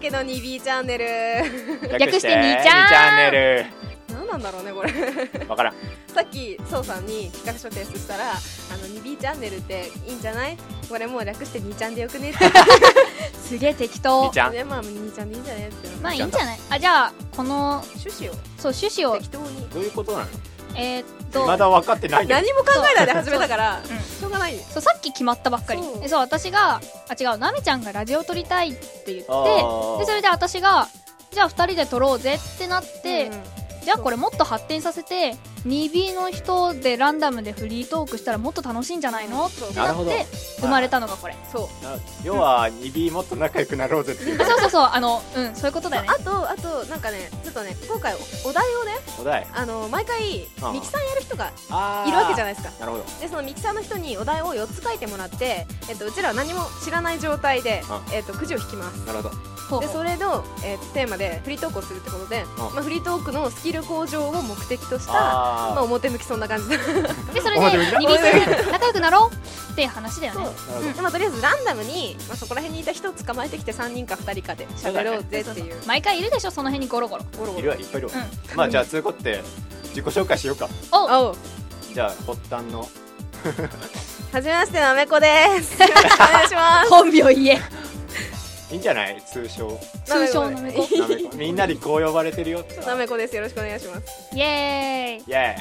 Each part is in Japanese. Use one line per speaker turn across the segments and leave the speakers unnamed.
けど 2B チャンネル
略してにちゃん
にチャンネ
何なんだろうねこれ
ルわからん
さっきそうさんに企画書提出したらあの 2B チャンネルっていいんじゃないこれもう略して2ちゃんでよくねって言っ
すげえ適当
にちゃん
て まあ2ちゃんでいいんじゃねって
まあいいんじゃないあじゃあこの
趣旨を
そう趣旨を
適当に
どういうことなの
えーっと
まだ分かってないよ
何も考えないで始めたから
そううん
しょうがないね
そうさっき決まったばっかり
そう
でそう私があ違うなみちゃんがラジオ撮りたいって言って
あー
でそれで私がじゃあ2人で撮ろうぜってなって、
うん
じゃあこれもっと発展させて 2B の人でランダムでフリートークしたらもっと楽しいんじゃないのって
な
な
るほ
っ
ど
て生まれたのがこれ
そう
あ要は 2B もっと仲良くなろうぜっていう
あそうそうそうあのうんそういうことだよね
あとあとなんかねちょっとね今回おお題をね
お題
あの毎回ミキ
ああ
サーやる人が
あー
いるわけじゃないですか
なるほど
でそのミキサーの人にお題を4つ書いてもらって、えっと、うちらは何も知らない状態で
あ、
えっと、くじを引きます
なるほど
ほう
でそれの、えっと、テーマでフリートークをするってことで、まあ、フリートークのスキル向上を目的としたまあ、
あ
表向きそんな感じで
でそれで
お待ちして
2B さん仲良くなろうっていう話だよね
あなるほ
でまあ、とりあえずランダムに、まあ、そこら辺にいた人を捕まえてきて3人か2人かで喋ろうぜっていう
毎回いるでしょその辺にゴロゴロ
ゴロ
ど
ゴ
いる
ロ
わいっぱいいるわ
う
まあじゃあつうこって自己紹介しようか
お
あお
じゃあ発端の
はじめましてなめこ ですよろしくお願いします
本名言え
いいんじゃない通称
通称 なめこ
なめこみんなにこう呼ばれてるよって
なめこですよろしくお願いします
イエーイ
イエ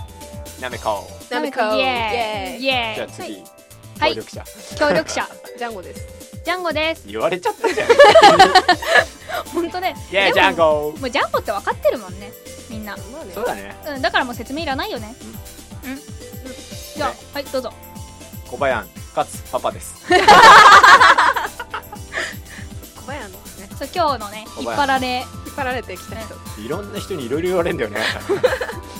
ーイなめこ
なめこ
イエーイイ
イエ
エ
じゃ
ー
あ次、
は
協
い
力者
イ協力者
ーイジャンゴです
ジャンゴです
言われちゃったじゃん
本当ね
イエーイジ
で
ャン
も
ゴ
もうジャンゴって分かってるもんねみんな
まあね
そうだね
うんだからもう説明いらないよねうんじゃあ
ね
はいどうぞ
小林かつパパです
小林のね
そう今日のね
小林
引っ張られ
引っ張られてきた人
いろんな人にいろいろ言われるんだよ ね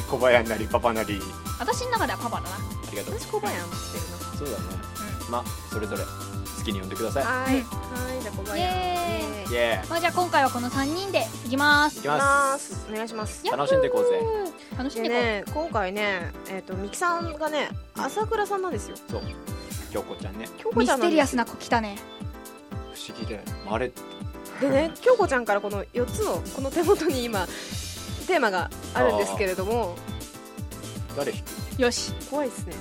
小林なりパパなり
私の中ではパパだな
ありがとう
私小林っていうの
そうだねまあそれぞれ好きに呼んでください
はいはいじゃあ小
うんイ
林
エーイ
イエ
まあじゃあ今回はこの3人でいきま
ーイ
す
いき
お願いし
ま
ますすお願いします
楽しんでいこうぜ
楽しん
で
でい
ね
こ
今回ねえっとミキさんがね朝倉さんなんですよ
そう京子ちゃんね
京
う
子
ミ
ちゃ
ス
んな
テ
ん
リ
で
ア
す
スな子来たね
不思議であれ
でね京子ちゃんからこの4つのこの手元に今テーマがあるんですけれども
誰引く
よし
怖いですね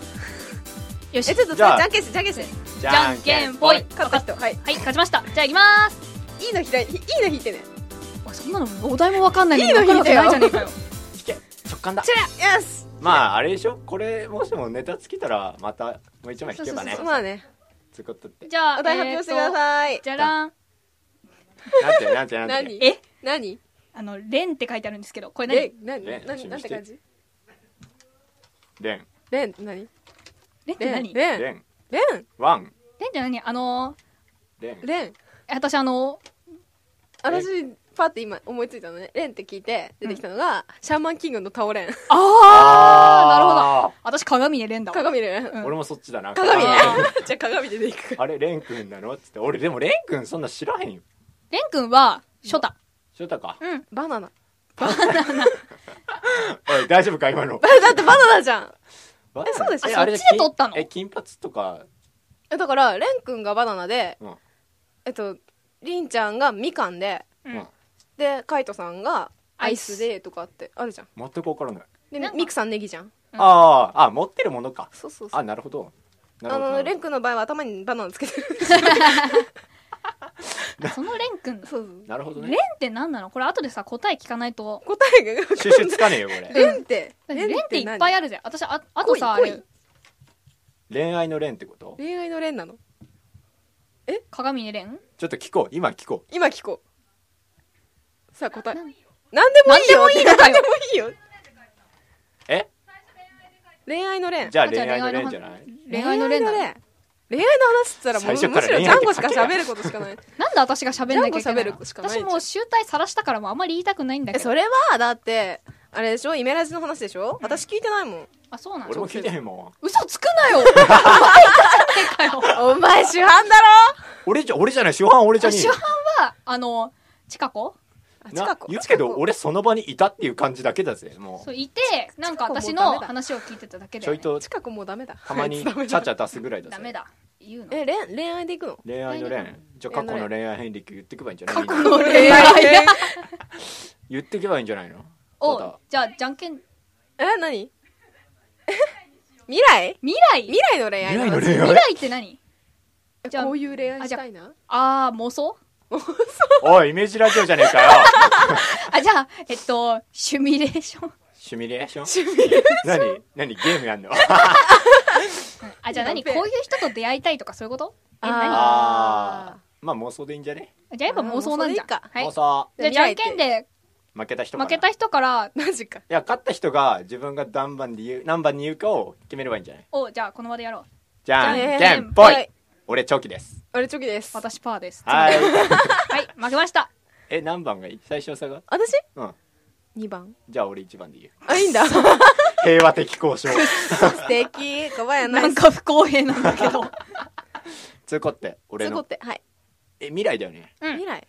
よし
えちょっと
じゃあ
じゃんけんしてじゃんけんして
じ
ゃんけんぽい
勝った人はい
はい勝ちましたじゃあいきます
いいのひらいいいの引いてねよ
あそんなのお題も分かんない
いいの
分かるわけない
聞
じゃ
い
ね
て
えかよ
引け直感だ
し
まああれでしょこれもしもネタ尽きたらまたもう一枚引けばね
そう
まあね
つうことって
じゃ あ
お題発表してくだ
い
さい
じゃらん
なんてなんて なんて
何
え
何
あのレンって書いてあるんですけどこれ
レ
何
ン何
レン
何なんて感じ
レン
レン何
レンって
レ
何
ン
レ
レン
ン
レン
レン
ワン
って何あの
レン
レン
ー私あの
私パって今思いついたのねレンって聞いて出てきたのが、シャーマンキングの倒れん
あーなるほど
あ
私鏡ねレンだわ
鏡レン、
うん
俺もそっちだな
鏡ね
あ
じゃあ鏡で出ていく
ーあれレンくんなのっつって俺でもレンくんそんな知らへんよ
レン君はショタ
翔太か
うん
バナナ
おい大丈夫か今 の
だってバナナじゃん
え
そうですよ
あそっちで撮ったの
え金髪とか
えだからレン君がバナナで、
うん
えっとリンちゃんがみかんで
う
うん
ん
でカイトさんがア
ア
イ
イ
ス
ス
でとかってあるじゃん
全く分からない
で
なんか
ミクさんネギじゃん
うん
あーあ持ってるものか
そうそうそう
あなるほどなる
あ
ほど
の
なる
レ
ほ
ン君の場合は頭にバナナつけてる
そのレン君
そうそう
どなるほど
レン
ね
って何なのこれ後でさ答え聞かないと
答えが
収集つかねえよこれ
レンって
レンっていっぱい
あ
あるぜ私ああとさあ
恋恋
れ
恋愛のレンってこと
恋愛のレンなの
鏡ねレン
ちょっと聞こう今聞こ
今聞こうさあ答え
なん
何でもいいよ
何でもいいのかよ
何でもいいよ
うえ
恋愛のレン
じゃあ
あじ
恋
ゃあ
愛のレ
恋
ンじ
愛の話
ゃない
恋愛のレンだ
恋
ね
愛の恋愛の話っつったらもう
最初
む
から
しろ
恋
ジ
愛
ャ
っ
ン
て
ゴし
書
か
けない
喋ることしか ない
なんで私が喋んなきゃいけない
ジャン
の
ゴ喋るしかない
私もう集大さらしたからもうあんまり言いたくないんだけ
え
ど
それはだってあれでしょイメラジの話でしょ私聞いてないもん
あそうな
俺
の
も聞いてへんもん
嘘つくなよお前じゃねえかよ
お前主犯だ
俺じゃ俺じゃない主犯俺じゃねえ
主
よ
犯はあのちかこ
ろ
な
近く
言うけど俺その場にいたっていう感じだけだぜも
そうういてなんか
チカ子もダメ
私の
だ
話を聞いてただけで、
ちょいと
近くもうダメだ
たま に
あいつダメ
ち
だ
ゃちゃ出すぐらいだぜ
ダメだ言うの
え恋恋愛でいくの
恋愛の恋じゃあ過去の恋愛遍歴言ってけばいいんじゃない
過去
みん
の
な
恋愛
で
言ってけばいいんじゃないのた
お
だ
じゃあじゃんけん
え何え未来
未来
未来の恋愛
未来の恋愛
未来って何
え
じゃあ
こういう恋愛
あ
し
じゃあ
たいな
ああ妄想
おいイメージラジオじゃねえか よ
あじゃあえっとシミュレーション
シミュレーション
趣味
何何ゲームやんの
あじゃあ何
やべ
こ
え
ういう人と出会いたいとかそういうことえ何
あ
あ ーまあ妄想でいいんじゃね
じゃあやっぱ妄想なんじゃん
あー妄想でいいか
はい
妄想
じゃあじゃんけんで
負けた人か
負
な
けた人から
マジか
いや勝った人が自分が何番で言う何番に言うかを決めればいいんじゃない
おじゃあこの場でやろう
じゃん
じゃん
けんぽ
はいい
俺チョキです
あれチョキです
私パーです
はい
はい負けました
え何番がいい最初差が
私
うん
二番
じゃあ俺一番で言う
あいいんだ 素
平和的 交渉
敵小林ナ
な
イ
ん
ス
か不公平なんだけ ど
通こって俺
つこ
の
ってはい
え未来だよね
うん
未来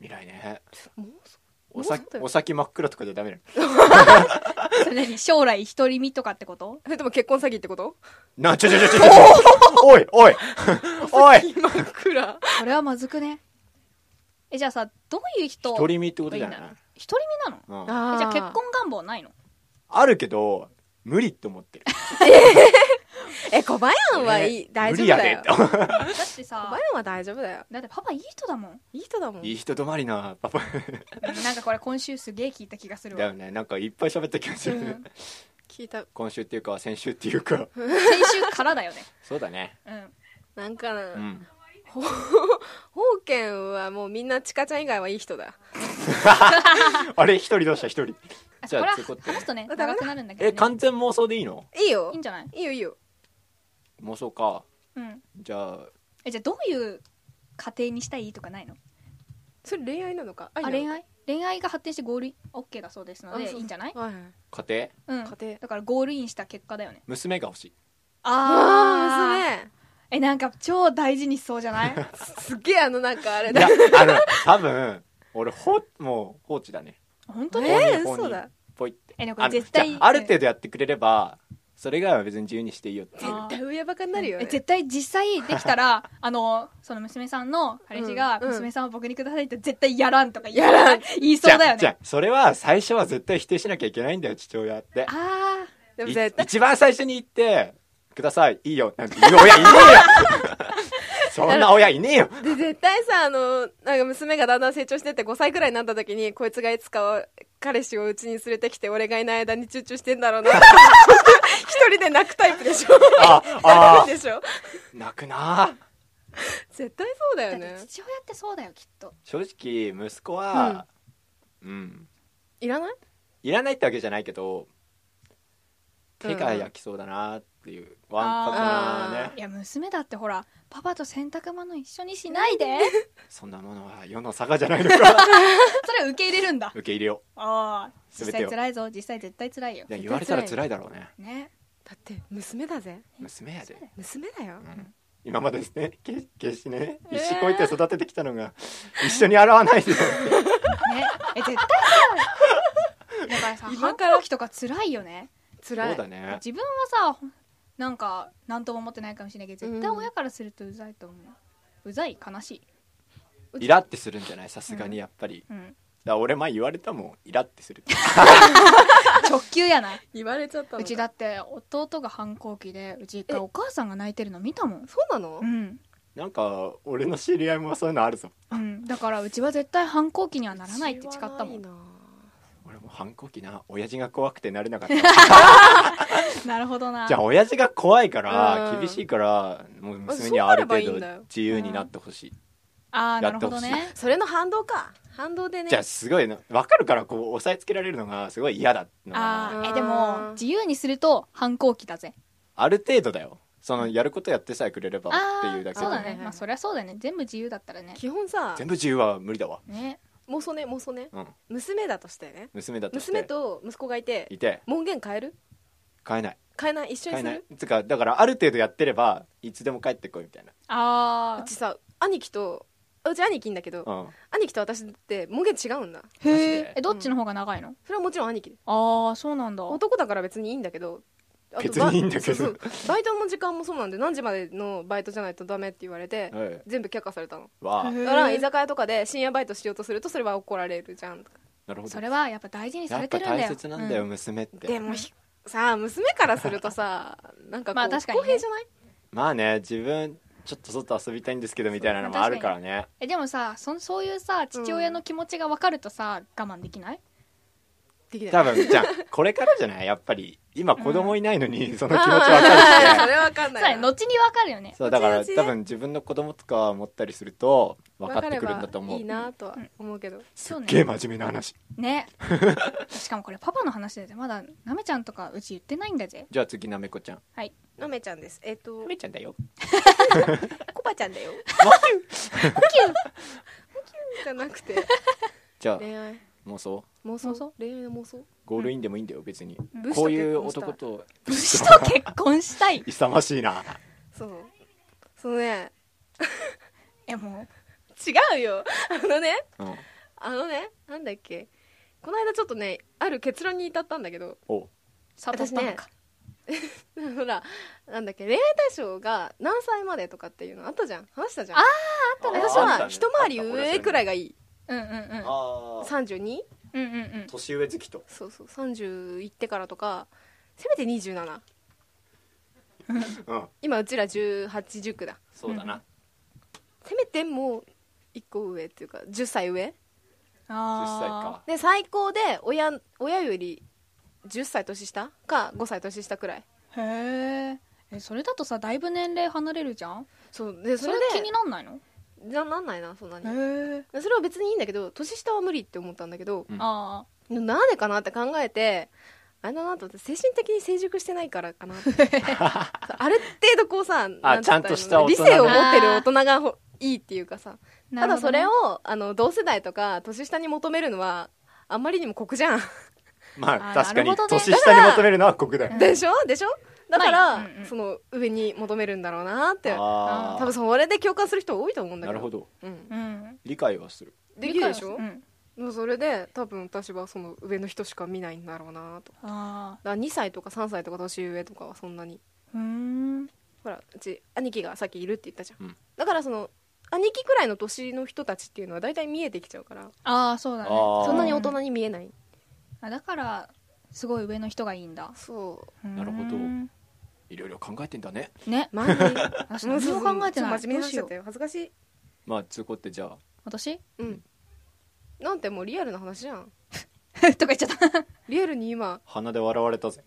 未来ね
妄
お
想
先
だよ
お先真っ暗とかじゃダメなの
それ何将来独り身とかってこと
それとも結婚詐欺ってこと
なちょちょちょちょちょおいおいおい
今くら
それはまずくねえじゃあさどういう人
独り身ってことじゃない
いいん独り身なの
うんあ
あ
えじゃあ結婚願望ないの
るけど無理って思ってる
え小林はいい大
無
丈
理
夫
や
だ
で
よ
って
小
だってさ
林は大丈夫だよ
だってパパいい人だも ん
いい人だもん
いい人止まりなパパ
なんかこれ今週すげえ聞いた気がする
だ
わ
よねなんかいっぱい喋った気がする、
うん
聞いた
今週っていうか先週っていうか
先週からだよね
そうだね
うん
なんかな
うん
宝剣はもうみんなチカちゃん以外はいい人だ
あれ一人どうした一人
あ
じ
こ
ゃあ
れは
つこって
話すとね
あダメだ
長くなるんだけど、ね、
え完全妄想でいいの
いいよ
いいんじゃない
いいよいいよ
妄想か
うん
じゃあ
えじゃあどういう家庭にしたいとかないの
それ恋愛なのか
あ
愛なの
恋愛恋愛が発展してゴールイン OK だそうですの
あ
で
そ
いういんじゃない
はいはい
家庭
うん
家庭
だからゴールインした結果だよね
娘が欲しい
あ
ー
あ
えなんか超大事にしそうじゃない
娘すげえあのなんかあれ
い
だ
やあの多分俺ほもう放置だね
本当に
えー
ここに
嘘だ
ぽいって
えでもこ
あ
れ
の
絶対
じゃあある程度やってくれればそれ以外は別に自由にしていいよって
あー
絶対上バカになるよ
え
ね
絶対実際できたら あのその娘さんの彼氏が
うん
娘さんを僕にくださいって絶対やらんとか言
やらん
言いそう
じ
だよ
ゃあ
ね
じゃあそれは最初は絶対否定しなきゃいけないんだよ父親って
あ
でも
い
絶対
一番最初に言って「くださいいいよ」なんて言う親いねえよそんな親いねえよ
で絶対さあのなんか娘がだんだん成長してって5歳くらいになった時にこいつがいつか彼氏をうちに連れてきて俺がいない間にチューチューしてんだろう なって一人で泣くタイプでしょ
ああ
泣くでしょ
泣くなあ
絶対そうだ
あ、
よ
だっ
ね
て父親ってそうだよきっと
正直息子はうん、
いらない
いらないってわけじゃないけど手が焼きそうだなっていう、わんぱくなね
いや娘だってほらパパと洗濯物一緒にしな いで
そんなものは世の坂じゃないのか
それは受け入れるんだ
受け入れよ
ああ
全
実
てを
際辛いぞ実際絶対辛いよ
ういや言われたら辛いだろうね
ね
だって娘だぜ
娘やで
そうだよ
娘だよ
うん今までですねけ決してね
えー
一子こいて育ててきたのが、一緒に洗わないで
ねえ絶 対さだからさ
今
反
から
抗期とか辛いよね
辛い
そうだね
自分はさほんなんか何とも思ってないかもしれないけど絶対
うん
親からするとうざいと思う、うざい悲しい
イラってするんじゃないさすがにやっぱり、だか
うん
ら俺前言われたもんイラってするって
直球や ない
言われちゃったの
うちだって弟が反抗期でうち一回お母さんが泣いてるの見たもん
そうなの
うん、
なんか俺の知り合いもそういうのあるぞ
うん、だからうちは絶対反抗期にはならないって誓ったもん
知らないな
俺も反抗期な親父が怖くてなれなかった
なるほどな
じゃあ親父が怖いから、
うん
厳しいからもう娘にはある程度自由になってほしい
あ
や
ーな
っ
る
て
ほ
ほし
ど
い
ね
それの反動か反動でね
じゃあすごいな分かるからこう押さえつけられるのがすごい嫌だの
あ
は
ーえでも自由にすると反抗期だぜ
ある程度だよそのやることやってさえくれればっていうだけ
あーそうだ
はいはい
ね
はい
まあそりゃそうだよね全部自由だったらね
基本さ
全部自由は無理だわ、
ね
妄想ね妄想ね
うん、
娘だとしてね
娘だとして
娘と息子がいて
いて
門限変える
買えない
変えない一緒に
買え
す
ない
る
つかだからある程度やってればいつでも帰ってこいみたいな
あ
う
あ
ちさ兄貴とあうち兄貴いんだけど、
うん
兄貴と私って門限違うんだ
へ
マジで
ええどっちの方が長いの、
それはもちろん兄貴
ああそうなんだ
男だから別にいいんだけどあと
別にいいんだけど
そうそうバイトも時間もそうなんで何時までのバイトじゃないとダメって言われて、
はい
全部却下されたの
わあ
へえ
だから居酒屋とかで深夜バイトしようとするとそれは怒られるじゃんとか
なるほど
それはやっぱ大事にさ
や
れ
ってぱ
るんだよ
大切なんだよ、
うん
娘って
でもひさあ娘からするとさなんかこう、
まあ確かに
不
ね
公平じゃない
まあね自分ちょっと外遊びたいんですけどみたいなのもあるからね
えでもさそそういうさ父親の気持ちが分かるとさ、我慢できない
で きない
多分じゃあこれからじゃないやっぱり今子供いないのにその気持ちわか
あー そ
るって
れわかん
そう
な
だね
いな
後に分かるよね
そうだか
後
ら
々ね
多分自分の子供とか持ったりすると分かってくるんだと思
わかれば
う
いいなとは思うけど、
そう
ゲー
ね
ム真面目な話
ね しかもこれパパの話だぜまだなめちゃんとかうち言ってないんだぜ
じゃあ次なめこちゃん
はい
のめちゃんですえっ、と
なめちゃんだよ
コバちゃんだよじゃなくて
じゃ
恋愛
あ妄想
妄想
妄想
恋愛の妄想
ゴールインでもいいんだよ別に
武士と
こういう
結婚した
男と
武士と結婚し たい
勇ましいな
そうそのね
えも
違うよあのね
うん
あのねなんだっけこの間ちょっとねある結論に至ったんだけど
お
う悟ったのか、
ほらなんだっけ恋愛対象が何歳までとかっていうのあったじゃん話したじゃん
あ
あ
私は一回り上くらい
が
がいい
うんうんうん
あー
32?
うんうんうん
年上好きと
そうそう30いってからとかせめて27
うん
今うちら1819だ
そうだな
せめてもう1個上っていうか10歳上
10歳
あ
か
で最高で親親より10歳年下か5歳年下くらい
ーへーえそれだとさだいぶ年齢離れるじゃん
そうで
そ
そ
れ
れで
気になんないの
ななんないなそんなに
へえ
でそれは別にいいんだけど年下は無理って思ったんだけど
あ
なんでかなって考えてあれだなと思って精神的に成熟してないからかなって ある程度こうさなんつったらいいの
ちゃんとした大人
理性を持
ね
ってる大人がほいいっていうかさ
あ
ただそれ
を
をあの同世代とか年下に求めるのはあんまりにも酷じゃん
ま
あ
あ確か
な
に
るほどね
年下に求めるのは酷だよ
うん
でしょでしょだから、
まあうんうん
その上に求めるんだろうなって
あー
多分それで共感する人多いと思うんだ
な
け
る
ど
ほ
う
ど
ん、
うん
理解はする
できるでしょ
う、ん
もうそれで多分私はその上の人しか見ないんだろうなと
あ
だから2歳とか3歳とか年上とかはそんなに
あうーん
ほらうち兄貴がさっきいるって言ったじゃん、
うん
だからその兄貴くらいの年の人たちっていうのは大体見えてきちゃうから
ああそうだね
あー
そんなに大
う
人に見えない、
あだからすごい上の人がいいんだ
そう
な
るほどいろいろ考えてんだね
ね
ま あね
私何も考えてな
ちょっと
い
真面目にな
どう
っ
し
ちゃ
よ
っ
う
たよ恥ずかしい
まあ通行ってじゃあ
私
うんなんてもうリアルな話じゃん
とか言っちゃった
リアルに今
鼻で笑われたぜ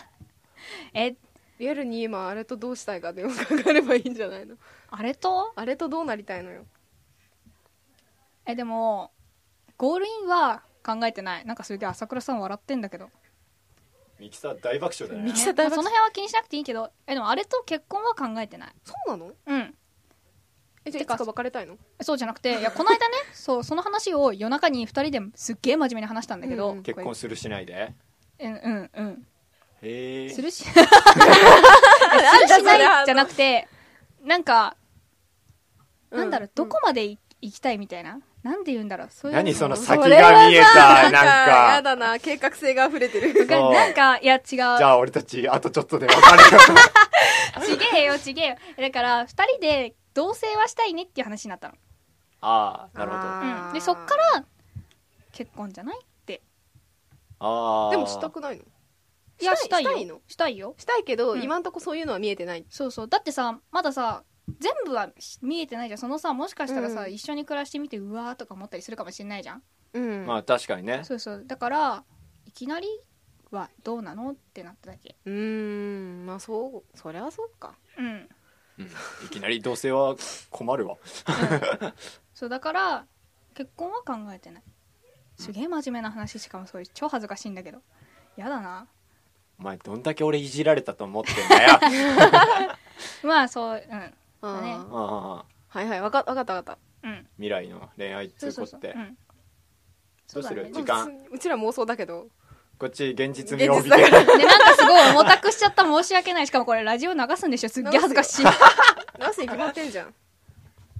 え
リアルに今あれとどうしたいかでも考えればいいんじゃないの
あれと
あれとどうなりたいのよ
えでもゴールインは考えてないなんかそれで朝倉さん笑ってんだけど
ミキサー大爆笑だ
ミ
ね
キサー大爆笑
その辺は気にしなくていいけどえでもあれと結婚は考えてない
そうなの
うん
えじゃあ
て
いつ
か
か別れたいの
そうじゃなくていやこの間ねそうその話を夜中に2人ですっげえ真面目に話したんだけど、
うんうん
結婚するしないで
うんうんうん
へえ
する しするしないじゃなくてなんか、なんだろうどこまでい行きたいみたいななんで言うんだろうそういう
何その
わ
先が見えたなん
や
か
だな計画性が溢れてる
かる
そう
なんかいや違う
じゃあ俺たちあとちょっとで別れよ
ちげえよちげえよだから2人で同棲はしたいねっていう話になったの、
ああなるほどあ
あー
うん、でそっから結婚じゃないって
あー
でもしたくないの
いやし
した
た
い
いよ
したいの
したいよ
したいけど、
うん
今んとこそういうのは見えてない
そうそうだってさまださ全部は見えてないじゃんそのさもしかしたらさ、
うん
一緒に暮らしてみてうわーとか思ったりするかもしれないじゃん
うん
まあ確かにね
そうそうだからいきなりはどうなのってなっただけ
うーんまあそうそりゃそうか
うん
うんいきなり同棲は困るわ
そうだから結婚は考えてないすげえ真面目な話しかもそれ超恥ずかしいんだけどやだな
お前どんだけ俺いじられたと思ってんだよ
まあそううん
あ
ね
ー
ああ
はいはいわかわかったわかっ
うん
未来の恋愛
そう
通行っ
そうそう
て
うん
どうする
そうだね
た
時間
うんうちら妄想だけど
こっち現実
現
味を
実
帯び
だ
て
から
でなんかすごい重たくしちゃった申し訳ないしかもこれラジオ流すんでしょすっげえ恥ずかしいあ
ナスに決まってんじゃん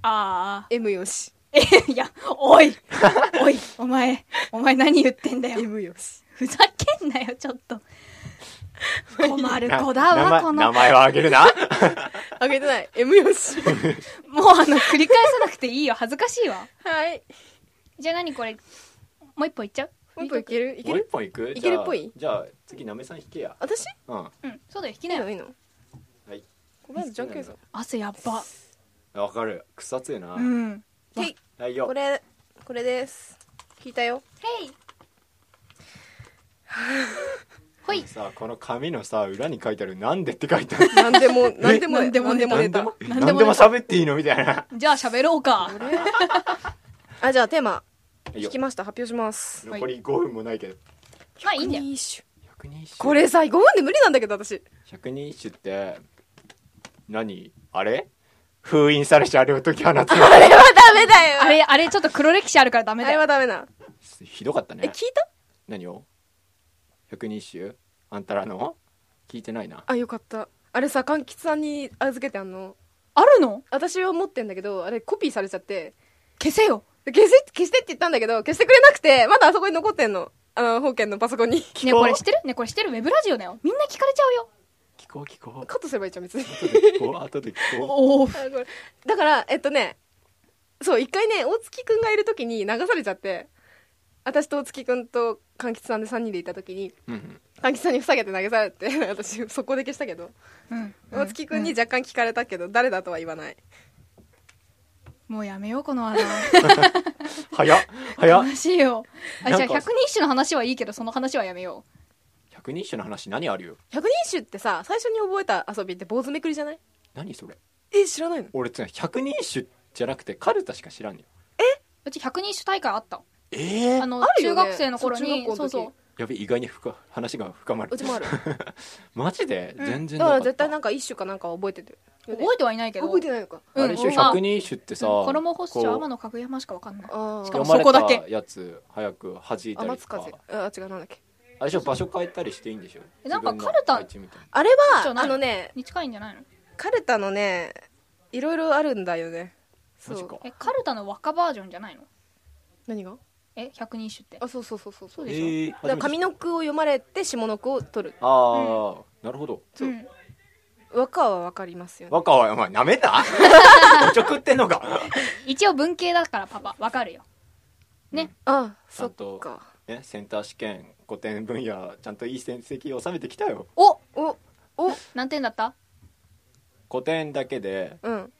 あ
M よし
え いやおいおいお前お前何言ってんだよ
M よし
ふざけんなよちょっと困る子だわ、こ
名
の。もう
前はあげるな
あげてない M よ し
あの、繰り返さなくていいよ。恥ずかしいわ。
はい
じゃあ何これ、もう一本いっちゃう
もう一本いけるいけ
もう一
る
本いく
いけるっぽい
じゃあじゃあ次なめさん引けや
私い
うんは
うん、そうだよ、引き
い
なよ。
のいいの
い
ごめんじゃんけんさん
汗やっば。
わかる草ついな、
うん。
てい
はいよ
これこれです聞いた よ
へい。ほい。
さあこの紙のさ裏に書いてある「なんで」って書いてある
なんでもなんでも
なんでも
なんでも
な
出
んで
た
も
なん
な
でも
んでも喋っていいのみたいな
じゃあ喋ろうか。
あじゃあテーマ
は
聞
いよ
きました発表します
残り5分もないけど
まあいいんだよ。
一首
100人一首
これさ5分で無理なんだけど私
100人一首って何あれ封印されしあれを解き放つの
あれはダメだよ
あれ、あれちょっと黒歴史あるからダメ
あ
だ
れ
よ。
はダメな
ひどかった
え
ね
聞いた
何を100人一首あんたらの聞いてないな
あよかったあれさ柑橘さんに預けてあんの
あるの
私は持ってんだけどあれコピーされちゃって
消せよ。
で消せ消してって言ったんだけど消してくれなくてまだあそこに残ってんのあの保険のパソコンに
ね、これ知ってるね、これ知ってるウェブラジオだよ。みんな聞かれちゃうよ。
聞こう聞こう
カットすればいいじゃん 別に
後で聞こう 後で聞こ
おお。
あこれだからえっとねそう一回ね大月くんがいる時に流されちゃって私と大月くんと柑橘さんで3人でいた時に
う、うんうん、
柑橘さんにふさげて投げされて 私そこで消したけど
うん。
大月くんに若干聞かれたけど誰だとは言わない
もうやめよう、この 技。
早っ早っ
悲しいよ。あ、じゃ
な
あ、
んか
百人一首の話はいいけど、その話はやめよう。
100人一首の話何あるよ
百人一首ってさ最初に覚えた遊びって坊主めくりじゃない
何それ
え知らないの
俺つうの100人一首じゃなくてカルタしか知らんよ
うち百人一首大会あった。
ええ
あの、
あるよ
中
ね
学生の頃
そう中
に
学校の時
そうそう
やべ意外に深話が深まる
うちもある
マジで、
うん
全然
だか
なからった
絶対なんか一種かなんかは覚えてて
覚えてはいないけど
覚えてないのか
うん
あれでしょ
うんまあ
100人一首ってさ
衣干しちゃ
こう
天のかぐやましかわかんない
あ
しか
ー
読
も
まれ
そこだけ
たやつ早く弾いた
あ
り
松
とか
風あ違うなんだっけ
あれでしょ場所変えたりしていいんでしょ
えなんか
自分の
カルタ
配置みたいな
あれ
じゃ
は
ない
あのね
に近いんじゃないの
カルタのねいろいろあるんだよねそ
マジ
う
か
えカルタの若バージョンじゃないの
何が
え百人一首って
あそうそうそうそうそう
う
だ
でしょ
えー
から上の句を読まれて下の句を取る
ああ、なるほど
そう
うん
和歌はわかりますよね
若はお前なめん なおちょくってんのか
一応文系だからパパわかるよ
あ
ちゃ
そ
んと
っか
ねセンター試験古典分野ちゃんといい成績収めてきたよ
お
おお
何点だった
古典だけで
うん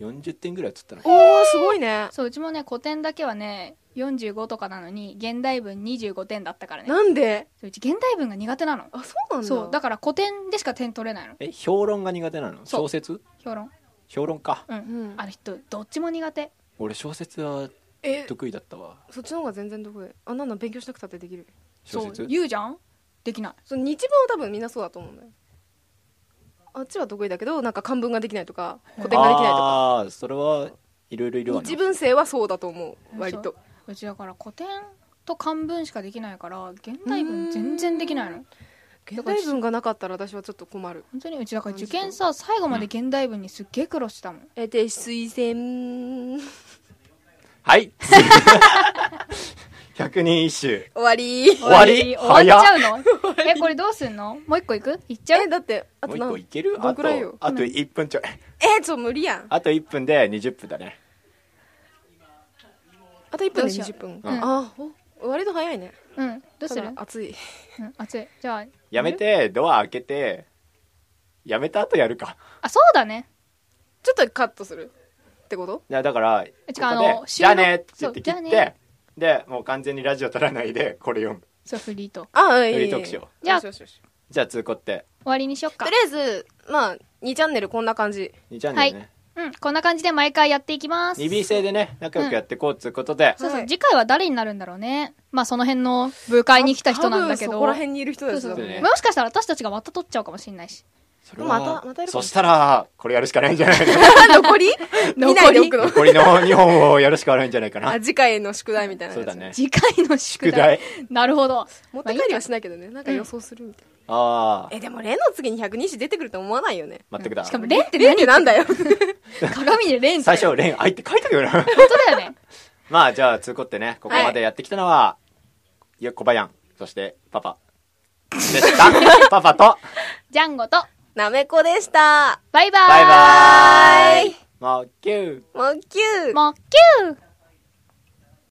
40点ぐらい取った
お
の
おすごいね
そううちもね古典だけはね45とかなのに現代文25点だったからね
なんで
そううち現代文が苦手なの
あそうなんだ
そうだ
か
から古典でしか点取れないの
え評論が苦手なの
そう
小説
評論
評論か
う
ら
ん
うん
あの人どっちも苦手
俺小説は
え
得意だったわ
そっちの方が全然得意あんなの勉強しなくたってできる
小
そう
説
言うじゃんできない
その日文は多分みんなそうだと思うんだよあっちは得意だけどなんか漢文ができないとか古典ができないとか
ああーそれはいろいろいるわな
日文生はそうだと思
う
うん割と
うちだから古典と漢文しかできないから現代文全然できないの
現代文がなかったら私はちょっと困る
本当にうちだから受験さ最後まで現代文にすっげえ苦労したもん、
えで推薦
はい。 百人一首。
終わり
終わり
終わっちゃうの えこれどうすんのもう一個いくいっちゃう
えだってあと
もう一
な
個いける
ど
あ
んくらいよ
と、あと一分ちょい。
えちょっと無理やん
あと一分で二十分だね。
あと1分
ど
で
うしよう
20分
うん
あお割と早いね
うんどうする
ただ暑い
うん熱いじゃあ
やめて、ドア開けて、やめた後やるか。
あそうだね
ちょっとカットするってこと
いやだから、
うあ
こ
の
こで
収
じゃ
録
あねって言って切
そ
っ
うじゃあ
て、で、もう完全にラジオ取らないで、これ読む。
そうフリート
ああいい
フ
いい
リートークしよ
じゃあ
よしよしよし
じゃあ、通行って。
終わりにしよっ
と
か
りあえずまあ2チャンネルこんな感じ
2チャンネルね。
うんこんな感じで毎回やっていきます
二 B 制でね、仲良くやってこうっつうことで。
そうそう、
はい
次回は誰になるんだろうねまあその辺の部会に来た人なんだけ
多
ど
分そこら辺にいる人たちだ
そう
も
そ
ん
う
ね
ね
もしかしたら私たちがまた取っちゃうかもしれないし
それは
またまたやるか
そ
も
したら、これやるしかないんじゃないの
残 り見ないでおく の
残りの2本をやるしかないんじゃないか
あ
な。
次回の宿題みたいなやつ
そうだね。
次回の宿
宿題。
題なるほど
持って帰りはしないけどねなんか予想するみたいな、
ああ、
えでも例の次に120出てくると思わないよね
全くだ。
しかも「レン」って
レンって
何
なんだよ
鏡で「レン」って
最初、レン、愛って書いたけど な。
本当だよね
まあ、じゃあ、つうこってね、ここまでやってきたのは、いや、小林、そして、パパ、でした。 パパと、
ジャンゴと、
なめこでした。
バイバーイ
バイバ
は
ーイ
ーい。
もう、キュー。
もうキュー。
もうキュー